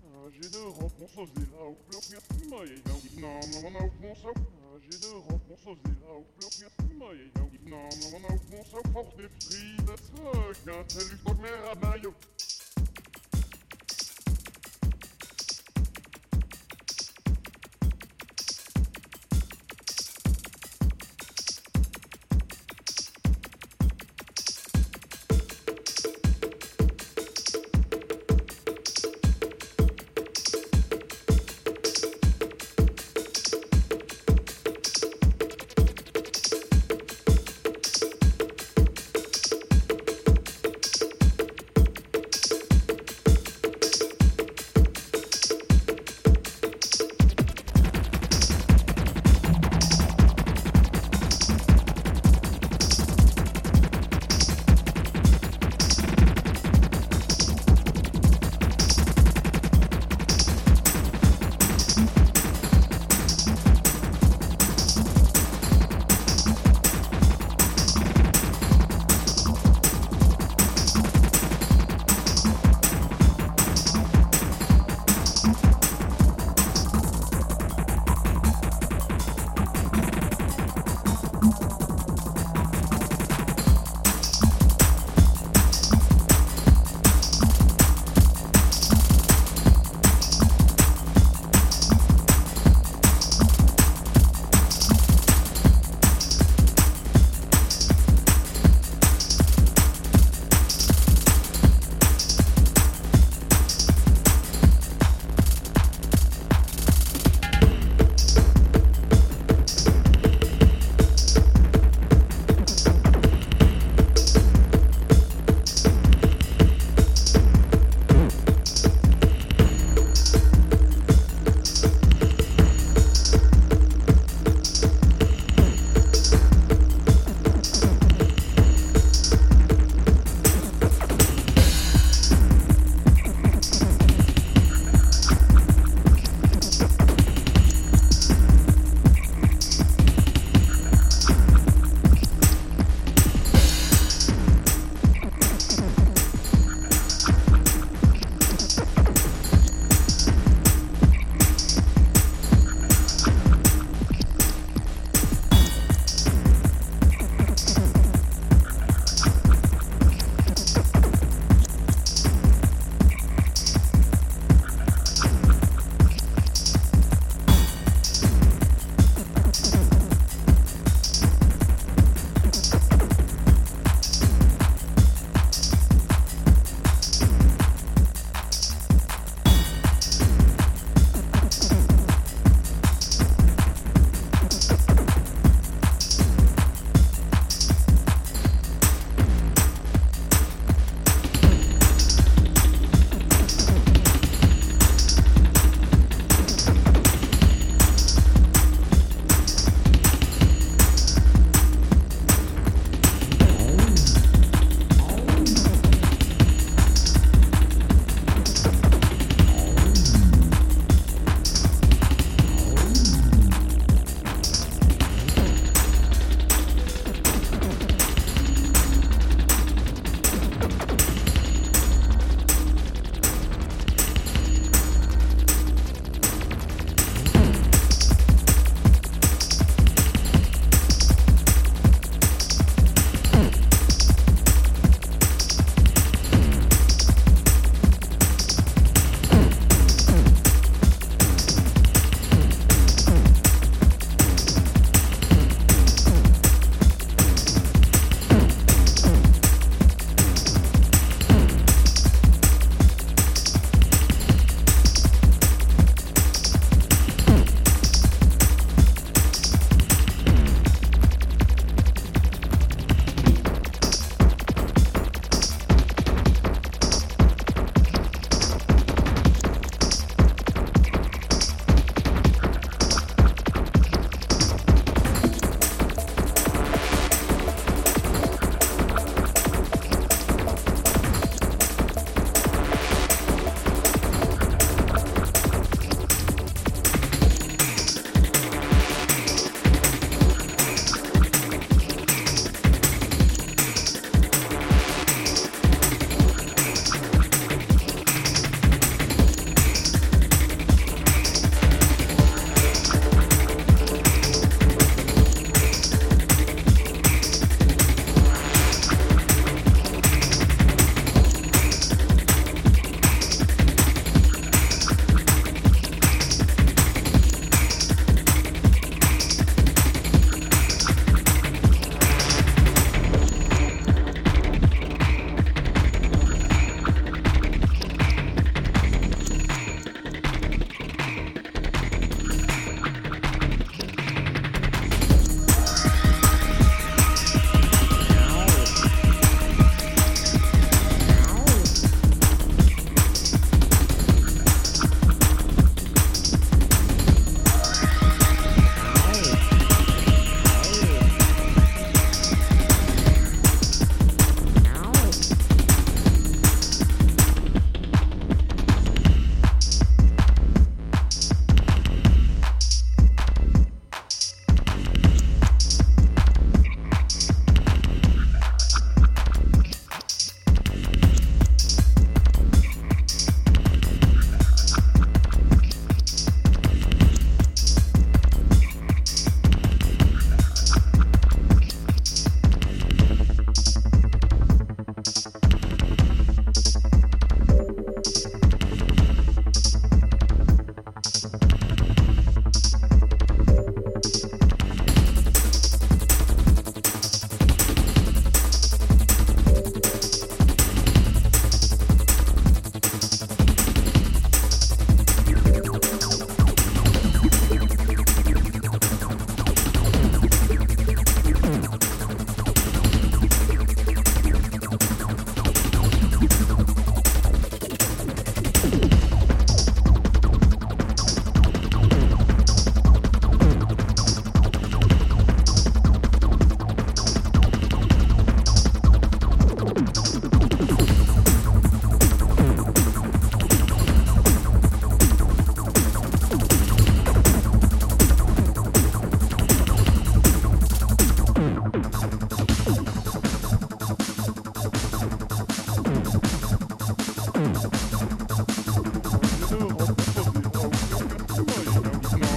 coragem de rencontres verá o pleu perfuma e não não não não alcança coragem de rencontres verá o pleu perfuma e não não não não alcança forte de frida saca telu torner a maio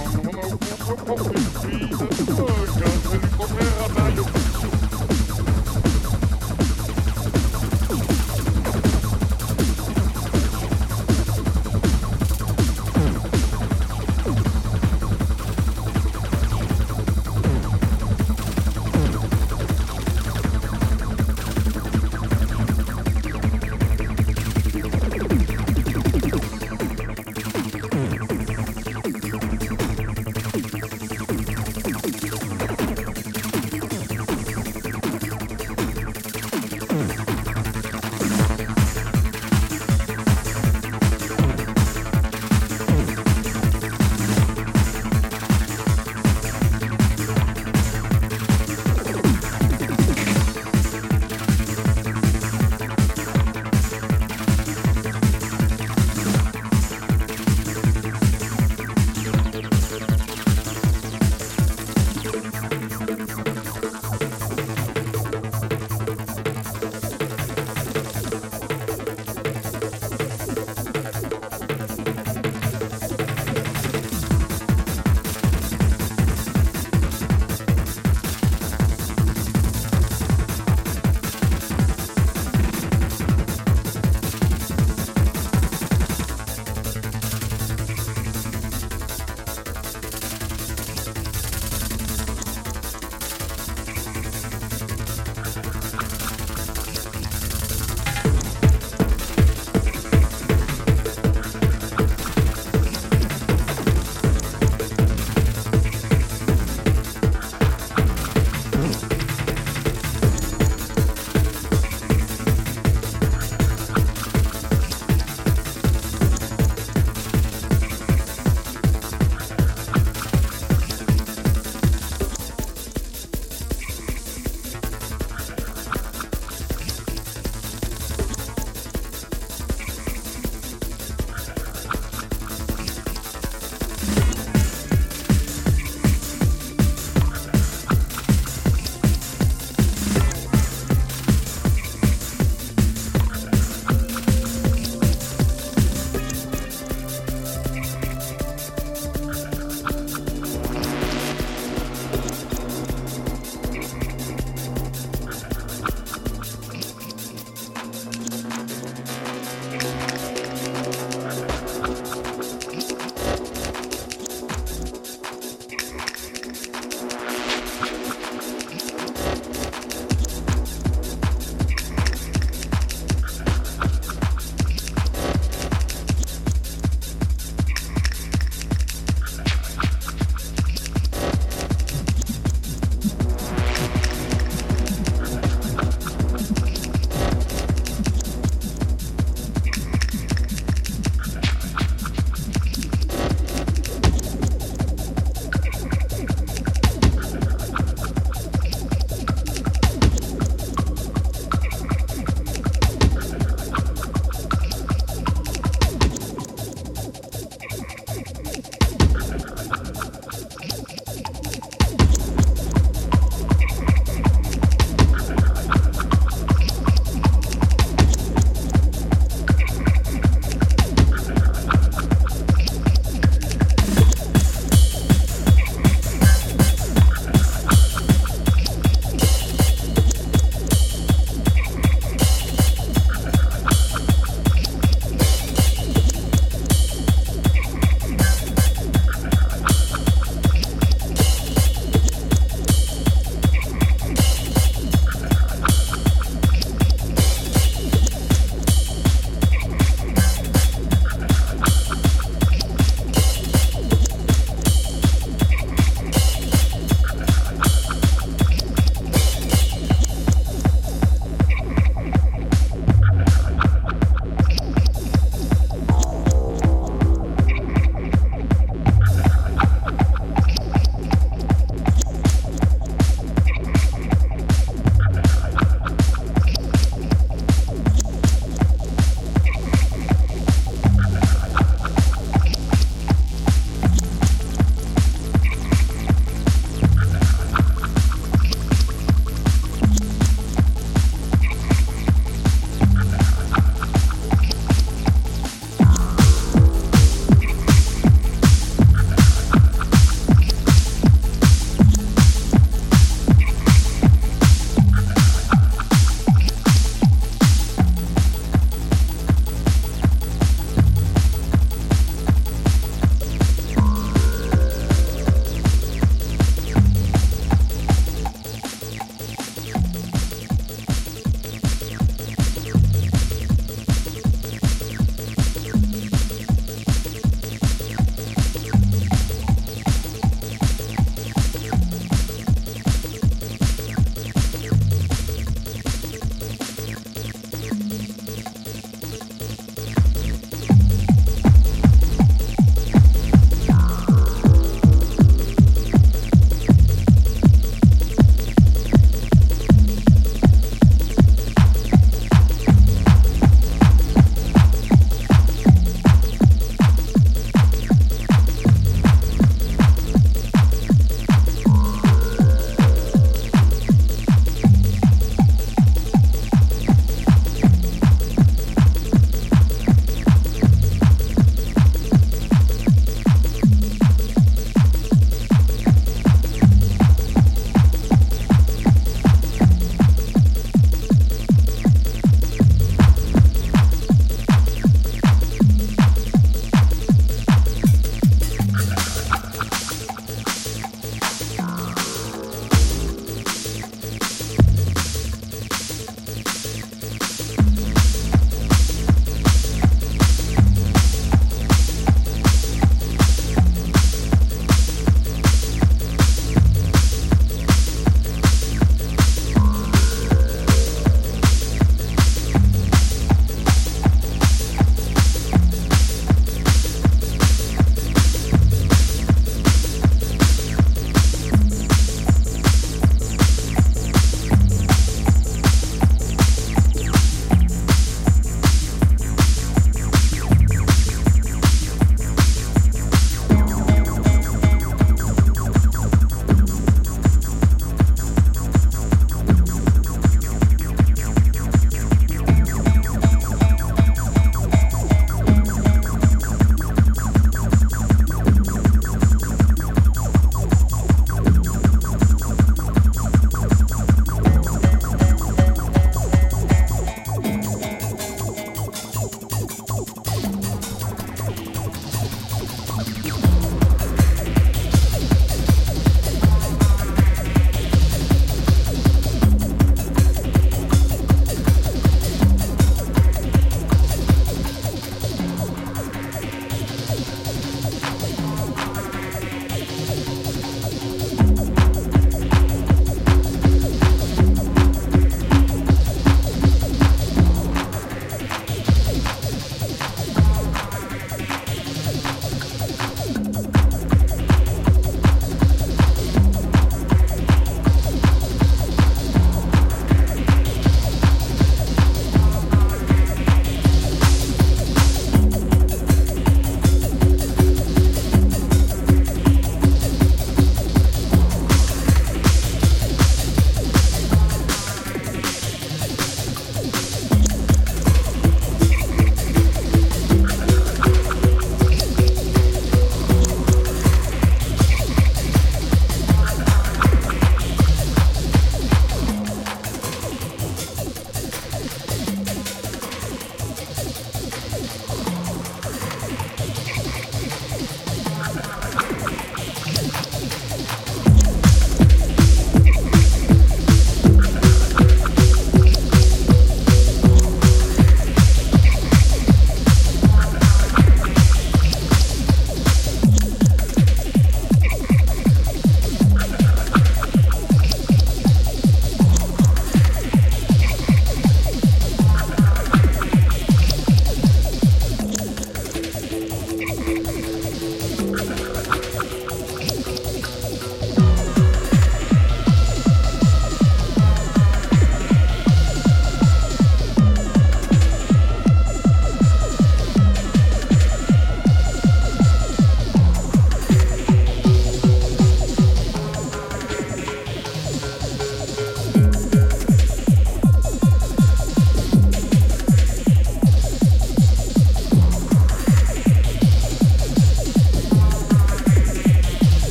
force des frites, un salut contraire à Mario.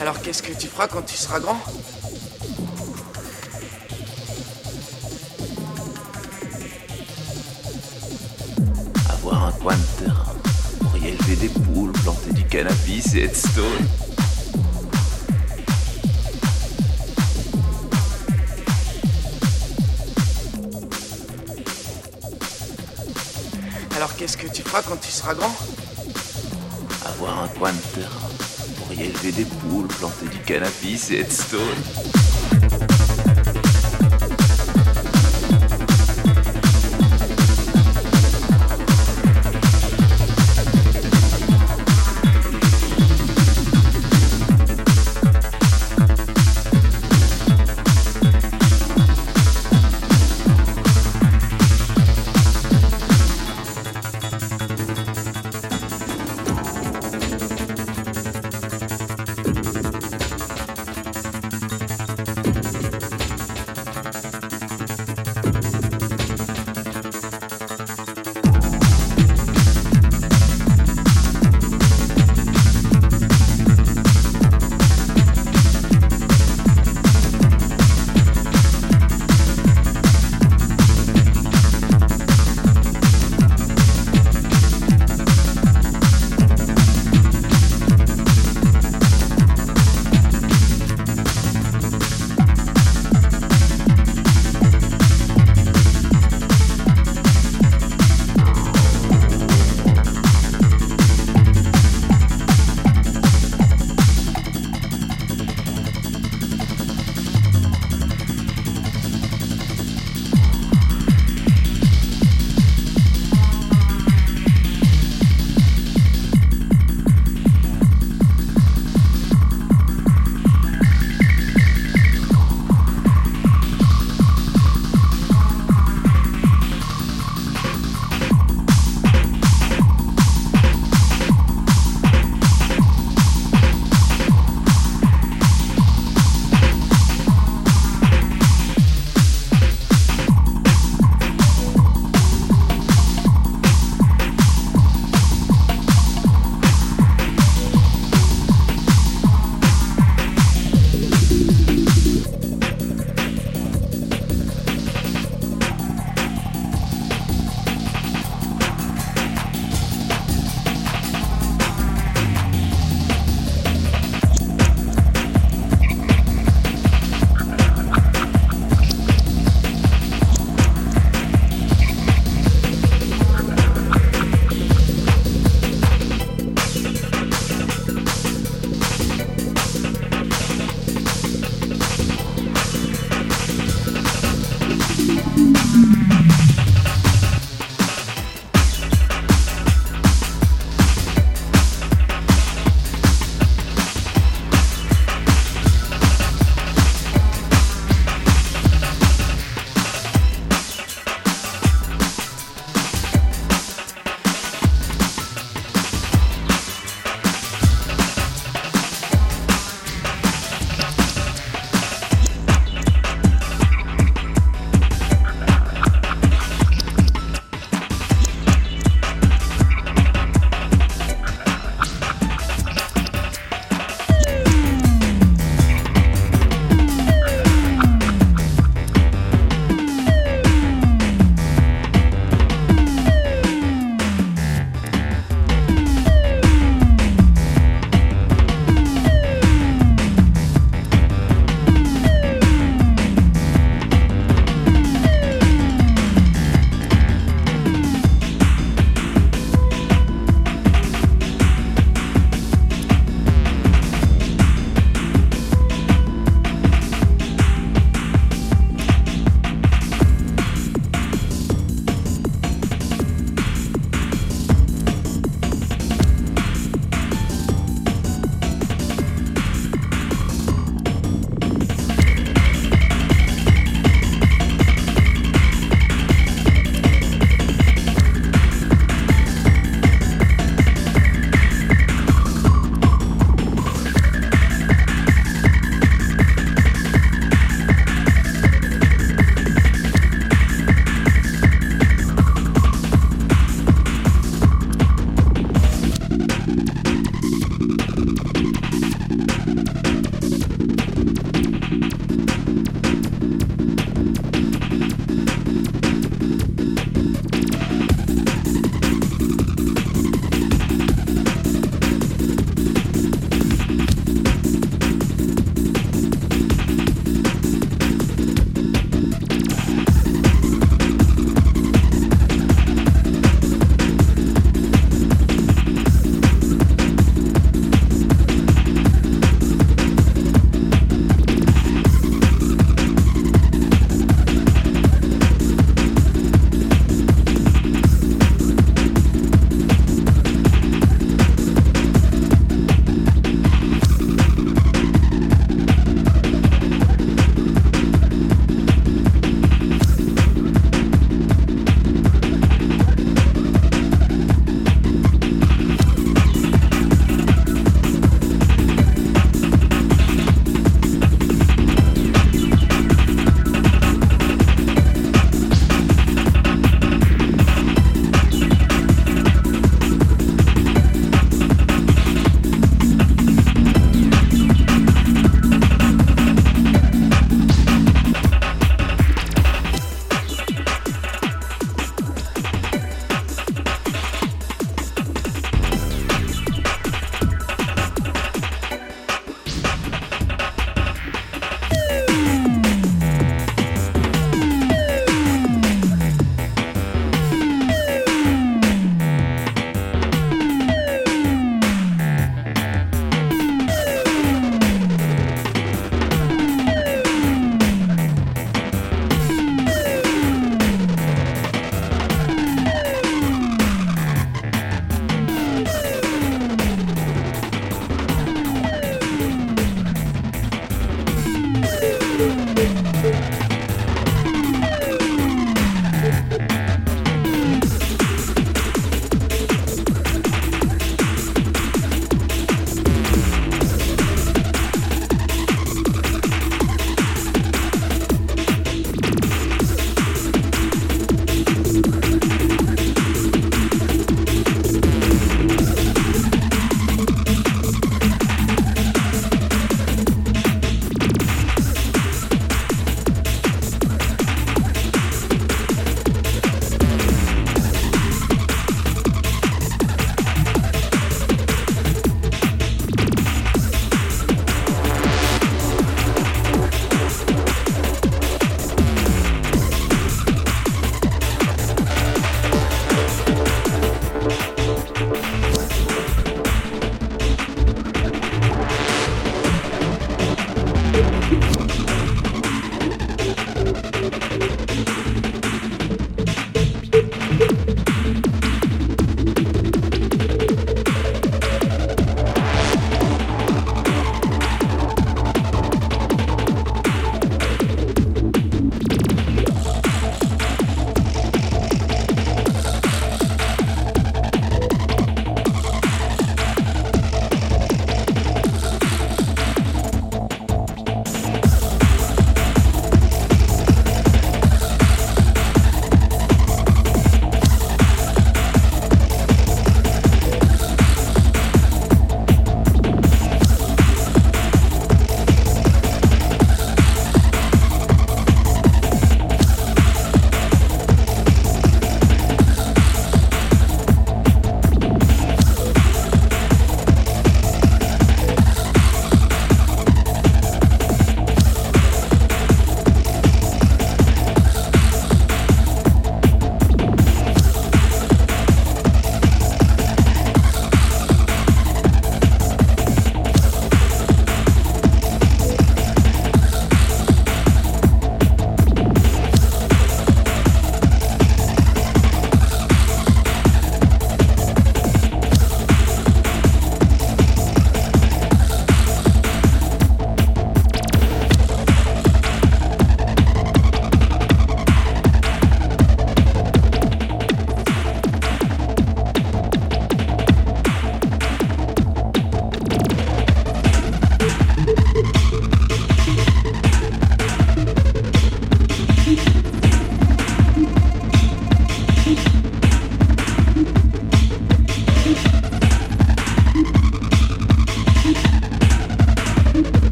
Alors qu'est-ce que tu feras quand tu seras grand Avoir un coin de terrain pour y élever des poules, planter du cannabis et être stone. Alors qu'est-ce que tu feras quand tu seras grand Avoir un coin de terrain pour y élever des poules, planter du cannabis et être stone.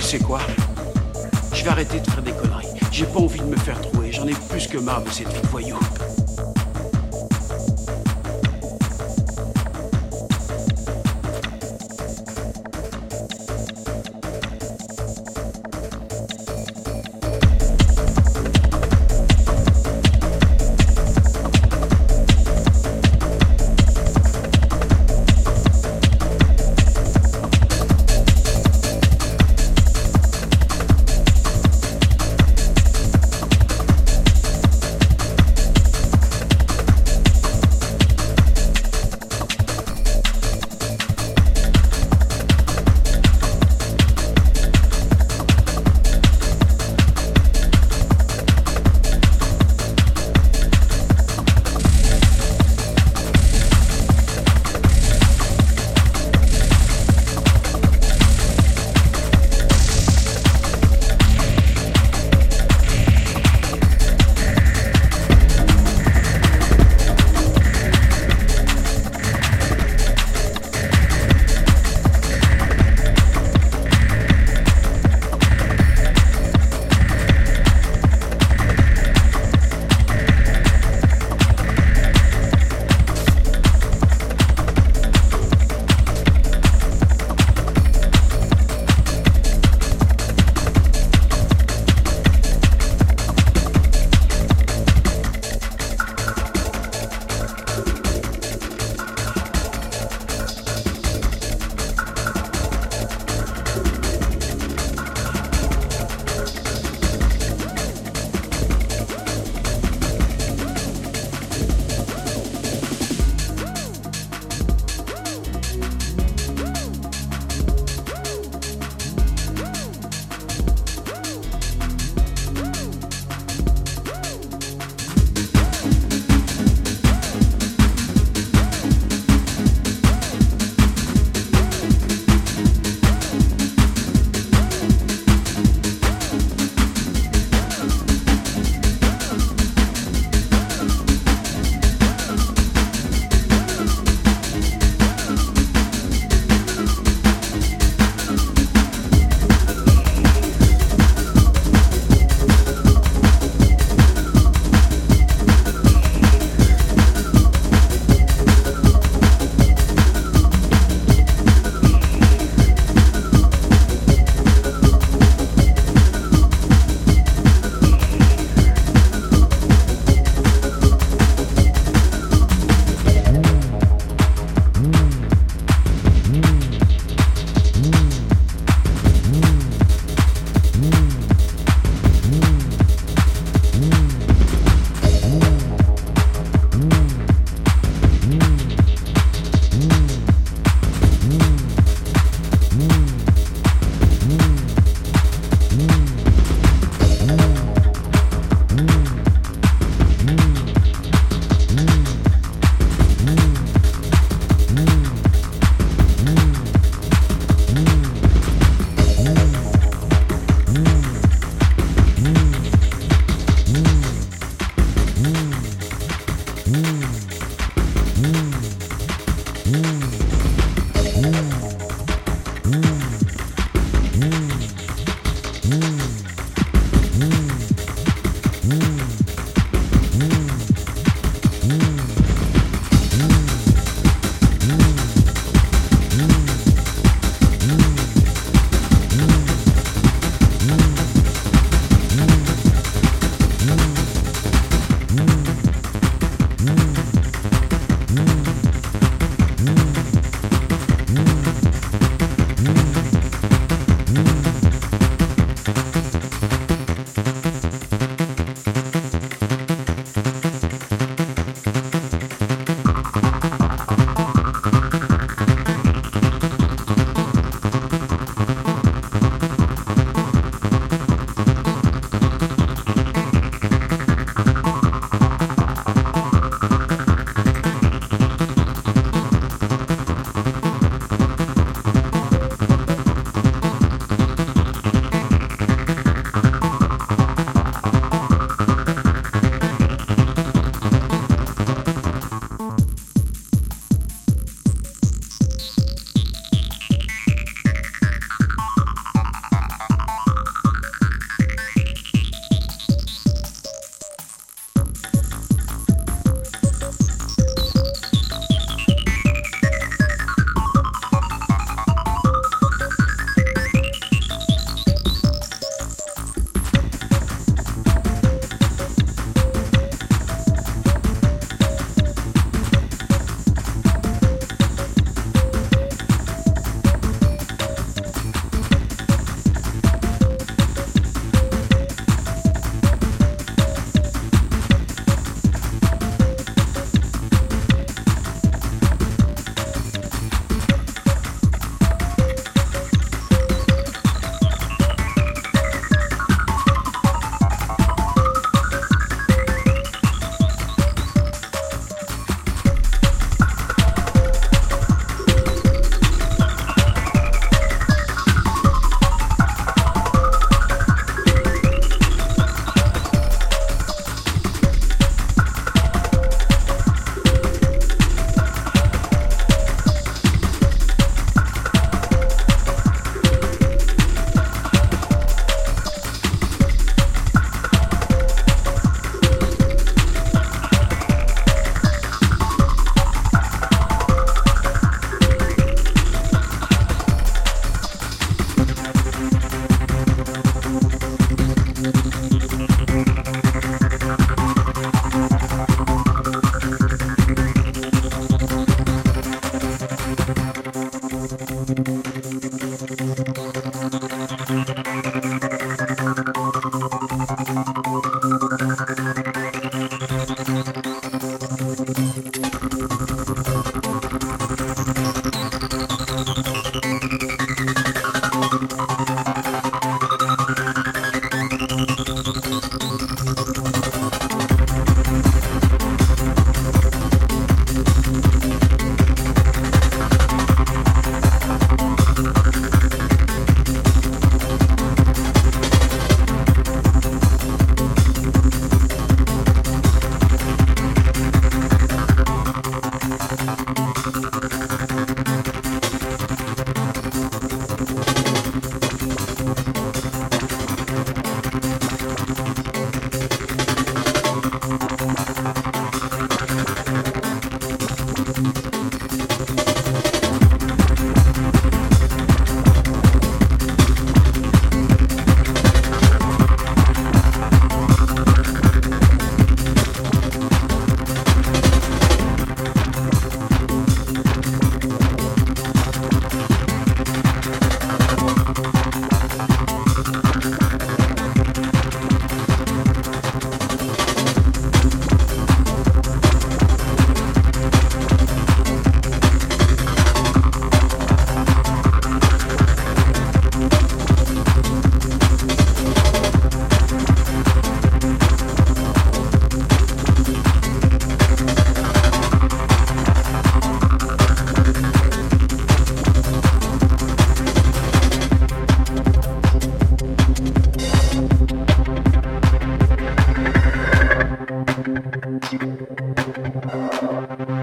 sais quoi Je vais arrêter de faire des conneries. J'ai pas envie de me faire trouer. J'en ai plus que marre de cette vie de voyou.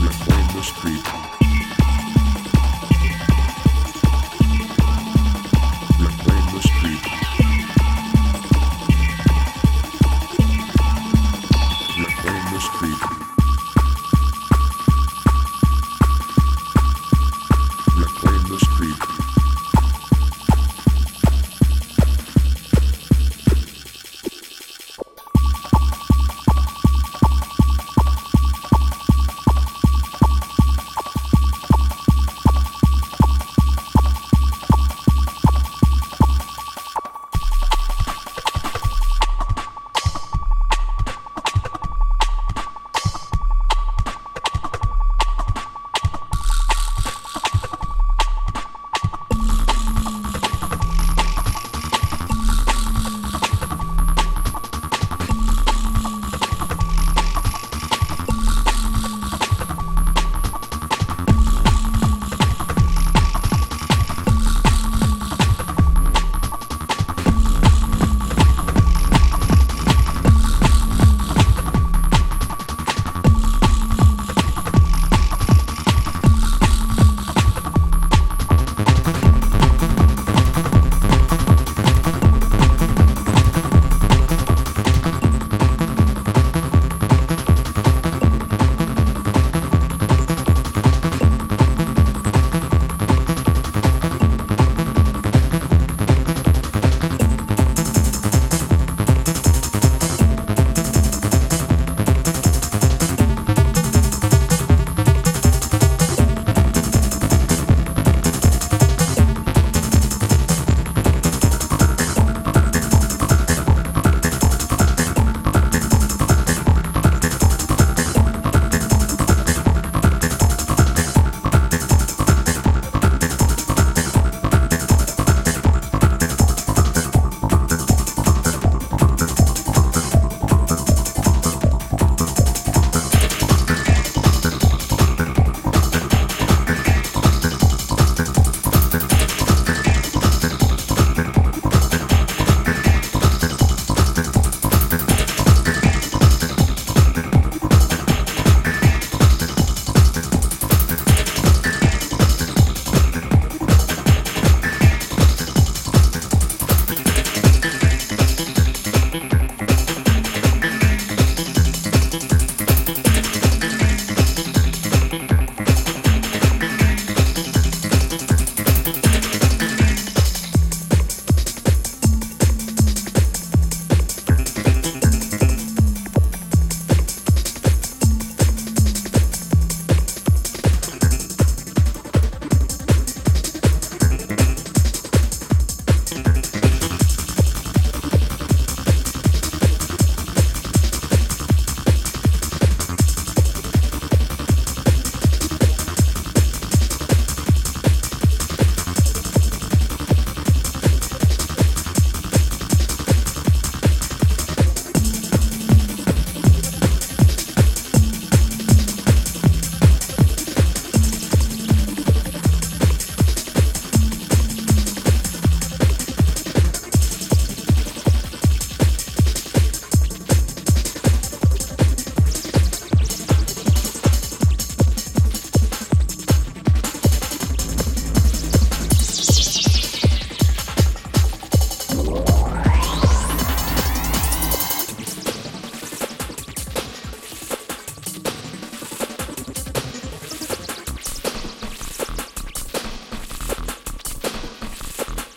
Reclaim the street.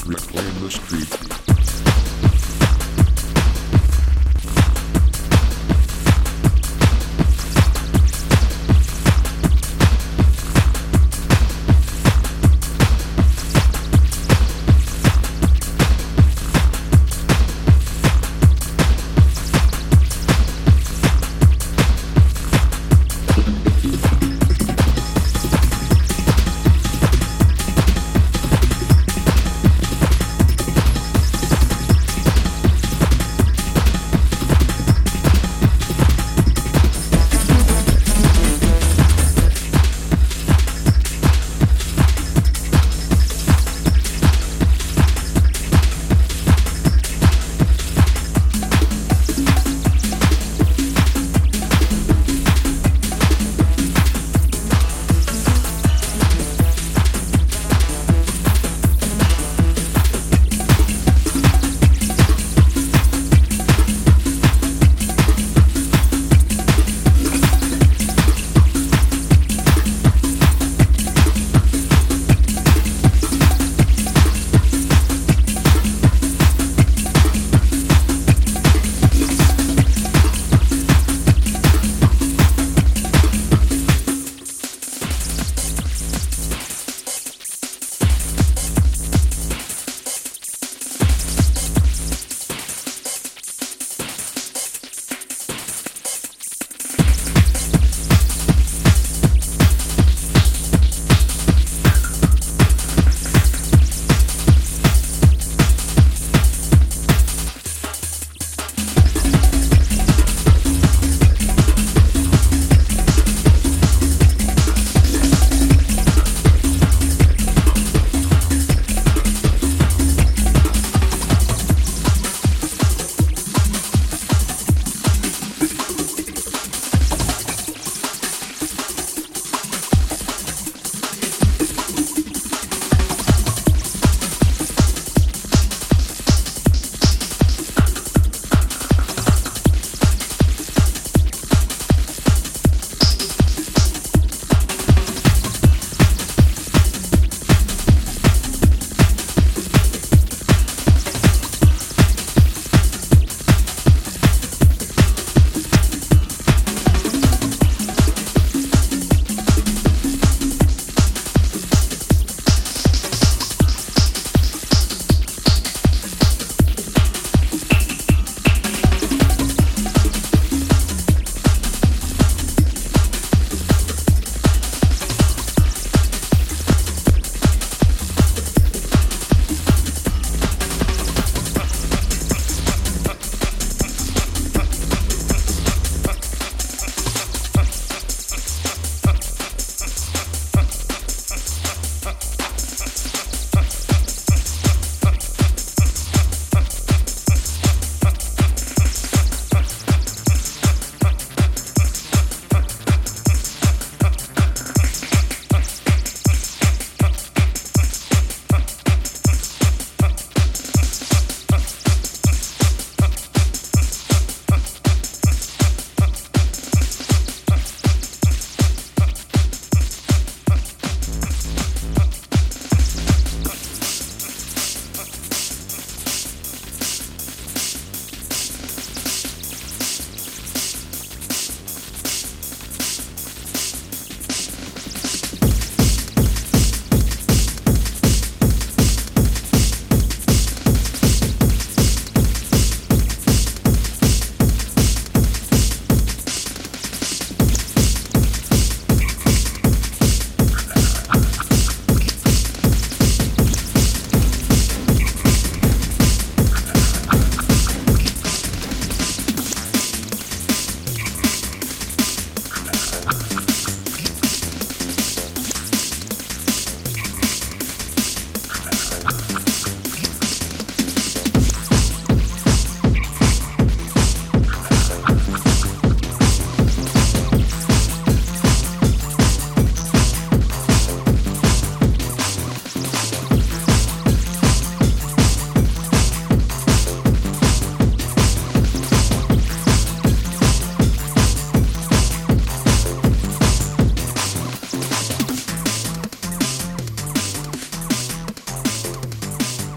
reclaim the street.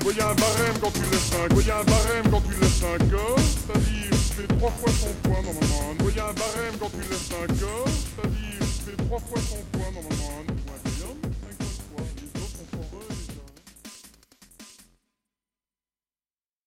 Quoi, y'a un barème quand tu laisses un. Quoi, y'a un barème quand tu laisses un corps. T'as dit, je fais trois fois son poids, normalement. Quoi, y'a un barème quand tu laisses un corps. T'as dit, je fais trois fois son poids.